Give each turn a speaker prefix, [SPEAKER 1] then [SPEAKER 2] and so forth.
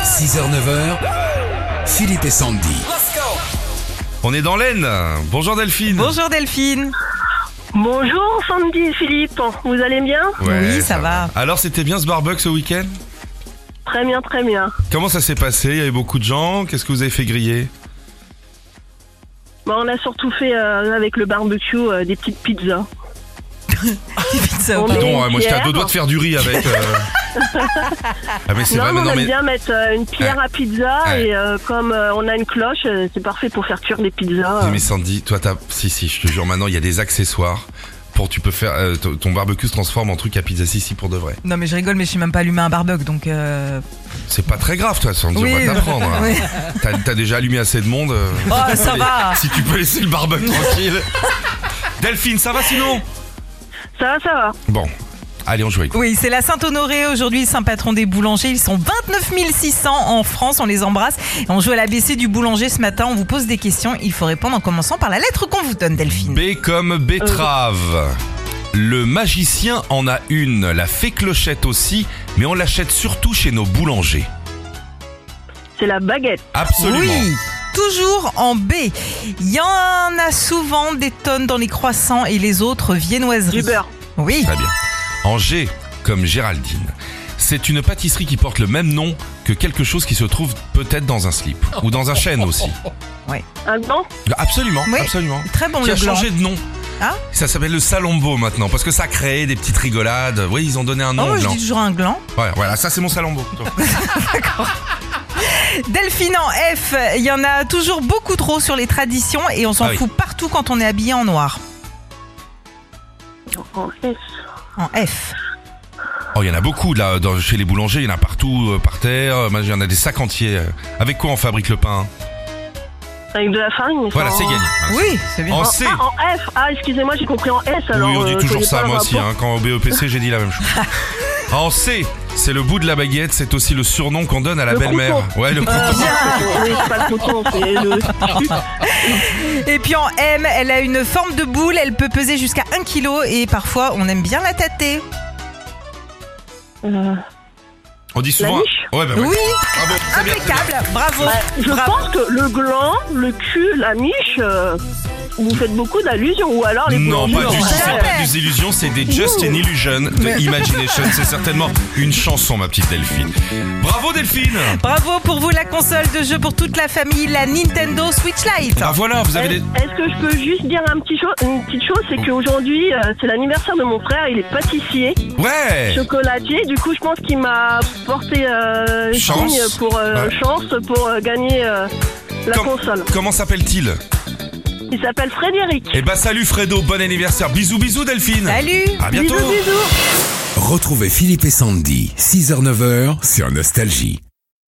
[SPEAKER 1] 6h-9h, Philippe et Sandy.
[SPEAKER 2] On est dans l'Aisne. Bonjour Delphine.
[SPEAKER 3] Bonjour Delphine.
[SPEAKER 4] Bonjour Sandy et Philippe, vous allez bien
[SPEAKER 3] Oui, ça va.
[SPEAKER 2] Alors, c'était bien ce barbecue ce week-end
[SPEAKER 4] Très bien, très bien.
[SPEAKER 2] Comment ça s'est passé Il y avait beaucoup de gens. Qu'est-ce que vous avez fait griller
[SPEAKER 4] Bah, on a surtout fait euh, avec le barbecue euh, des petites pizzas.
[SPEAKER 3] Pizza au
[SPEAKER 4] On
[SPEAKER 3] pain.
[SPEAKER 4] est-
[SPEAKER 2] Non,
[SPEAKER 4] Une
[SPEAKER 2] hein, moi j'étais à
[SPEAKER 4] pierre.
[SPEAKER 2] deux doigts de faire du riz avec. euh. ah, mais c'est
[SPEAKER 4] Non,
[SPEAKER 2] vrai, non,
[SPEAKER 4] mais on
[SPEAKER 2] non,
[SPEAKER 4] aime
[SPEAKER 2] mais.
[SPEAKER 4] bien mettre euh, une pierre à pizza
[SPEAKER 2] Ouais.
[SPEAKER 4] et euh, comme euh, on a une cloche, euh, c'est parfait pour faire cuire des pizzas.
[SPEAKER 2] Non, mais Sandy, toi t'as. Si, si, je te jure, maintenant il y a des accessoires pour. Tu peux faire. euh, ton ton barbecue se transforme en truc à pizza. Si, si, pour de vrai.
[SPEAKER 3] Non mais je rigole mais je suis même pas allumé un barbecue donc euh...
[SPEAKER 2] C'est pas très grave, toi, Sandy.
[SPEAKER 3] Oui,
[SPEAKER 2] on va t'apprendre. hein.
[SPEAKER 3] oui.
[SPEAKER 2] T'as t'as déjà allumé assez de monde. euh.
[SPEAKER 3] Oh ça va.
[SPEAKER 2] Si tu peux laisser le barbecue tranquille. Delphine, ça va sinon
[SPEAKER 4] Ça va, ça va.
[SPEAKER 2] Bon, allez, on joue avec vous.
[SPEAKER 3] Oui, c'est la Saint-Honoré aujourd'hui, saint patron des boulangers. Ils sont 29 600 en France, on les embrasse. Et on joue à l'ABC du boulanger ce matin, on vous pose des questions, il faut répondre en commençant par la lettre qu'on vous donne Delphine.
[SPEAKER 2] B comme betterave. Le magicien en a une, la fée clochette aussi, mais on l'achète surtout chez nos boulangers.
[SPEAKER 4] C'est la baguette.
[SPEAKER 2] Absolument.
[SPEAKER 3] Oui, toujours en B. Il y en a souvent des tonnes dans les croissants et les autres viennoiseries.
[SPEAKER 4] Du beurre.
[SPEAKER 3] Oui.
[SPEAKER 2] Très bien. En G comme Géraldine. C'est une pâtisserie qui porte le même nom que quelque chose qui se trouve peut-être dans un slip ou dans un chêne aussi.
[SPEAKER 4] Un gant
[SPEAKER 2] Absolument,
[SPEAKER 3] Oui.
[SPEAKER 2] absolument.
[SPEAKER 3] Très bon
[SPEAKER 2] Qui
[SPEAKER 3] le
[SPEAKER 2] a
[SPEAKER 3] blanc.
[SPEAKER 2] changé de nom.
[SPEAKER 3] Ah.
[SPEAKER 2] Ça s'appelle le Salombo maintenant parce que ça crée des petites rigolades. Oui, ils ont donné un
[SPEAKER 3] Oh,
[SPEAKER 2] nom
[SPEAKER 3] moi,
[SPEAKER 2] au
[SPEAKER 3] je
[SPEAKER 2] blanc.
[SPEAKER 3] dis toujours un gland.
[SPEAKER 2] Ouais, voilà, ça c'est mon Salombo. toi.
[SPEAKER 3] Delphine en F, il y en a toujours beaucoup trop sur les traditions et on s'en
[SPEAKER 2] Ah oui.
[SPEAKER 3] fout partout quand on est habillé en noir.
[SPEAKER 4] en S.
[SPEAKER 3] En F.
[SPEAKER 2] Oh, il y en a beaucoup là dans- chez les boulangers, il y en a partout euh, par terre, Euh, moi, il y en a des sacs entiers. Euh, Avec quoi on fabrique le pain hein
[SPEAKER 4] Avec de la farine.
[SPEAKER 2] Voilà,
[SPEAKER 4] enfin,
[SPEAKER 2] c'est
[SPEAKER 4] en-
[SPEAKER 2] gagné. Voilà.
[SPEAKER 3] Oui, c'est bien.
[SPEAKER 2] En
[SPEAKER 4] En,
[SPEAKER 2] C.
[SPEAKER 4] ah, en F. Ah, excusez-moi, j'ai compris en S. Alors,
[SPEAKER 2] oui, on
[SPEAKER 4] euh,
[SPEAKER 2] dit
[SPEAKER 4] je
[SPEAKER 2] toujours
[SPEAKER 4] connais
[SPEAKER 2] ça
[SPEAKER 4] pas
[SPEAKER 2] moi
[SPEAKER 4] le
[SPEAKER 2] aussi
[SPEAKER 4] rapport.
[SPEAKER 2] hein, quand au BEPC, j'ai dit la même chose. en C, c'est le bout de la baguette, c'est aussi le surnom qu'on donne à la
[SPEAKER 4] Le
[SPEAKER 2] belle-mère. Ouais, le
[SPEAKER 4] Euh,
[SPEAKER 2] couteau.
[SPEAKER 4] bien. Oui, c'est pas le coton, c'est le.
[SPEAKER 3] Et puis en M, elle a une forme de boule, elle peut peser jusqu'à 1 kg et parfois on aime bien la tâter.
[SPEAKER 4] Euh,
[SPEAKER 2] On dit souvent
[SPEAKER 4] La niche
[SPEAKER 2] Ouais, bah ouais.
[SPEAKER 3] Oui,
[SPEAKER 2] Bravo, très bien, très bien.
[SPEAKER 3] impeccable, bravo.
[SPEAKER 4] bah, je
[SPEAKER 3] bravo.
[SPEAKER 4] pense que le gland, le cul, la miche, euh, vous faites beaucoup d'allusions. Ou alors les
[SPEAKER 2] Non,
[SPEAKER 4] boulangers
[SPEAKER 2] pas du
[SPEAKER 4] en
[SPEAKER 2] tout,
[SPEAKER 3] vrai.
[SPEAKER 2] c'est pas des illusions, c'est des Just an Illusion de Imagination. C'est certainement une chanson, ma petite Delphine. Bravo Delphine
[SPEAKER 3] Bravo pour vous la console de jeu pour toute la famille, la Nintendo Switch Lite.
[SPEAKER 2] Ah voilà, vous avez des...
[SPEAKER 4] Est-ce que je peux juste dire un petit cho- une petite chose C'est qu'aujourd'hui, euh, c'est l'anniversaire de mon frère, il est pâtissier,
[SPEAKER 2] Ouais
[SPEAKER 4] chocolatier. Du coup, je pense qu'il m'a porté euh,
[SPEAKER 2] Chance.
[SPEAKER 4] signe pour euh,
[SPEAKER 2] Ouais.
[SPEAKER 4] chance pour euh, gagner euh, la
[SPEAKER 2] Comme-
[SPEAKER 4] console.
[SPEAKER 2] Comment s'appelle-t-il
[SPEAKER 4] Il s'appelle Frédéric.
[SPEAKER 2] Eh bah salut Fredo, bon anniversaire. Bisous bisous Delphine.
[SPEAKER 3] Salut
[SPEAKER 2] À bientôt.
[SPEAKER 4] Bisous, bisous.
[SPEAKER 1] Retrouvez Philippe et Sandy, 6h-9h sur Nostalgie.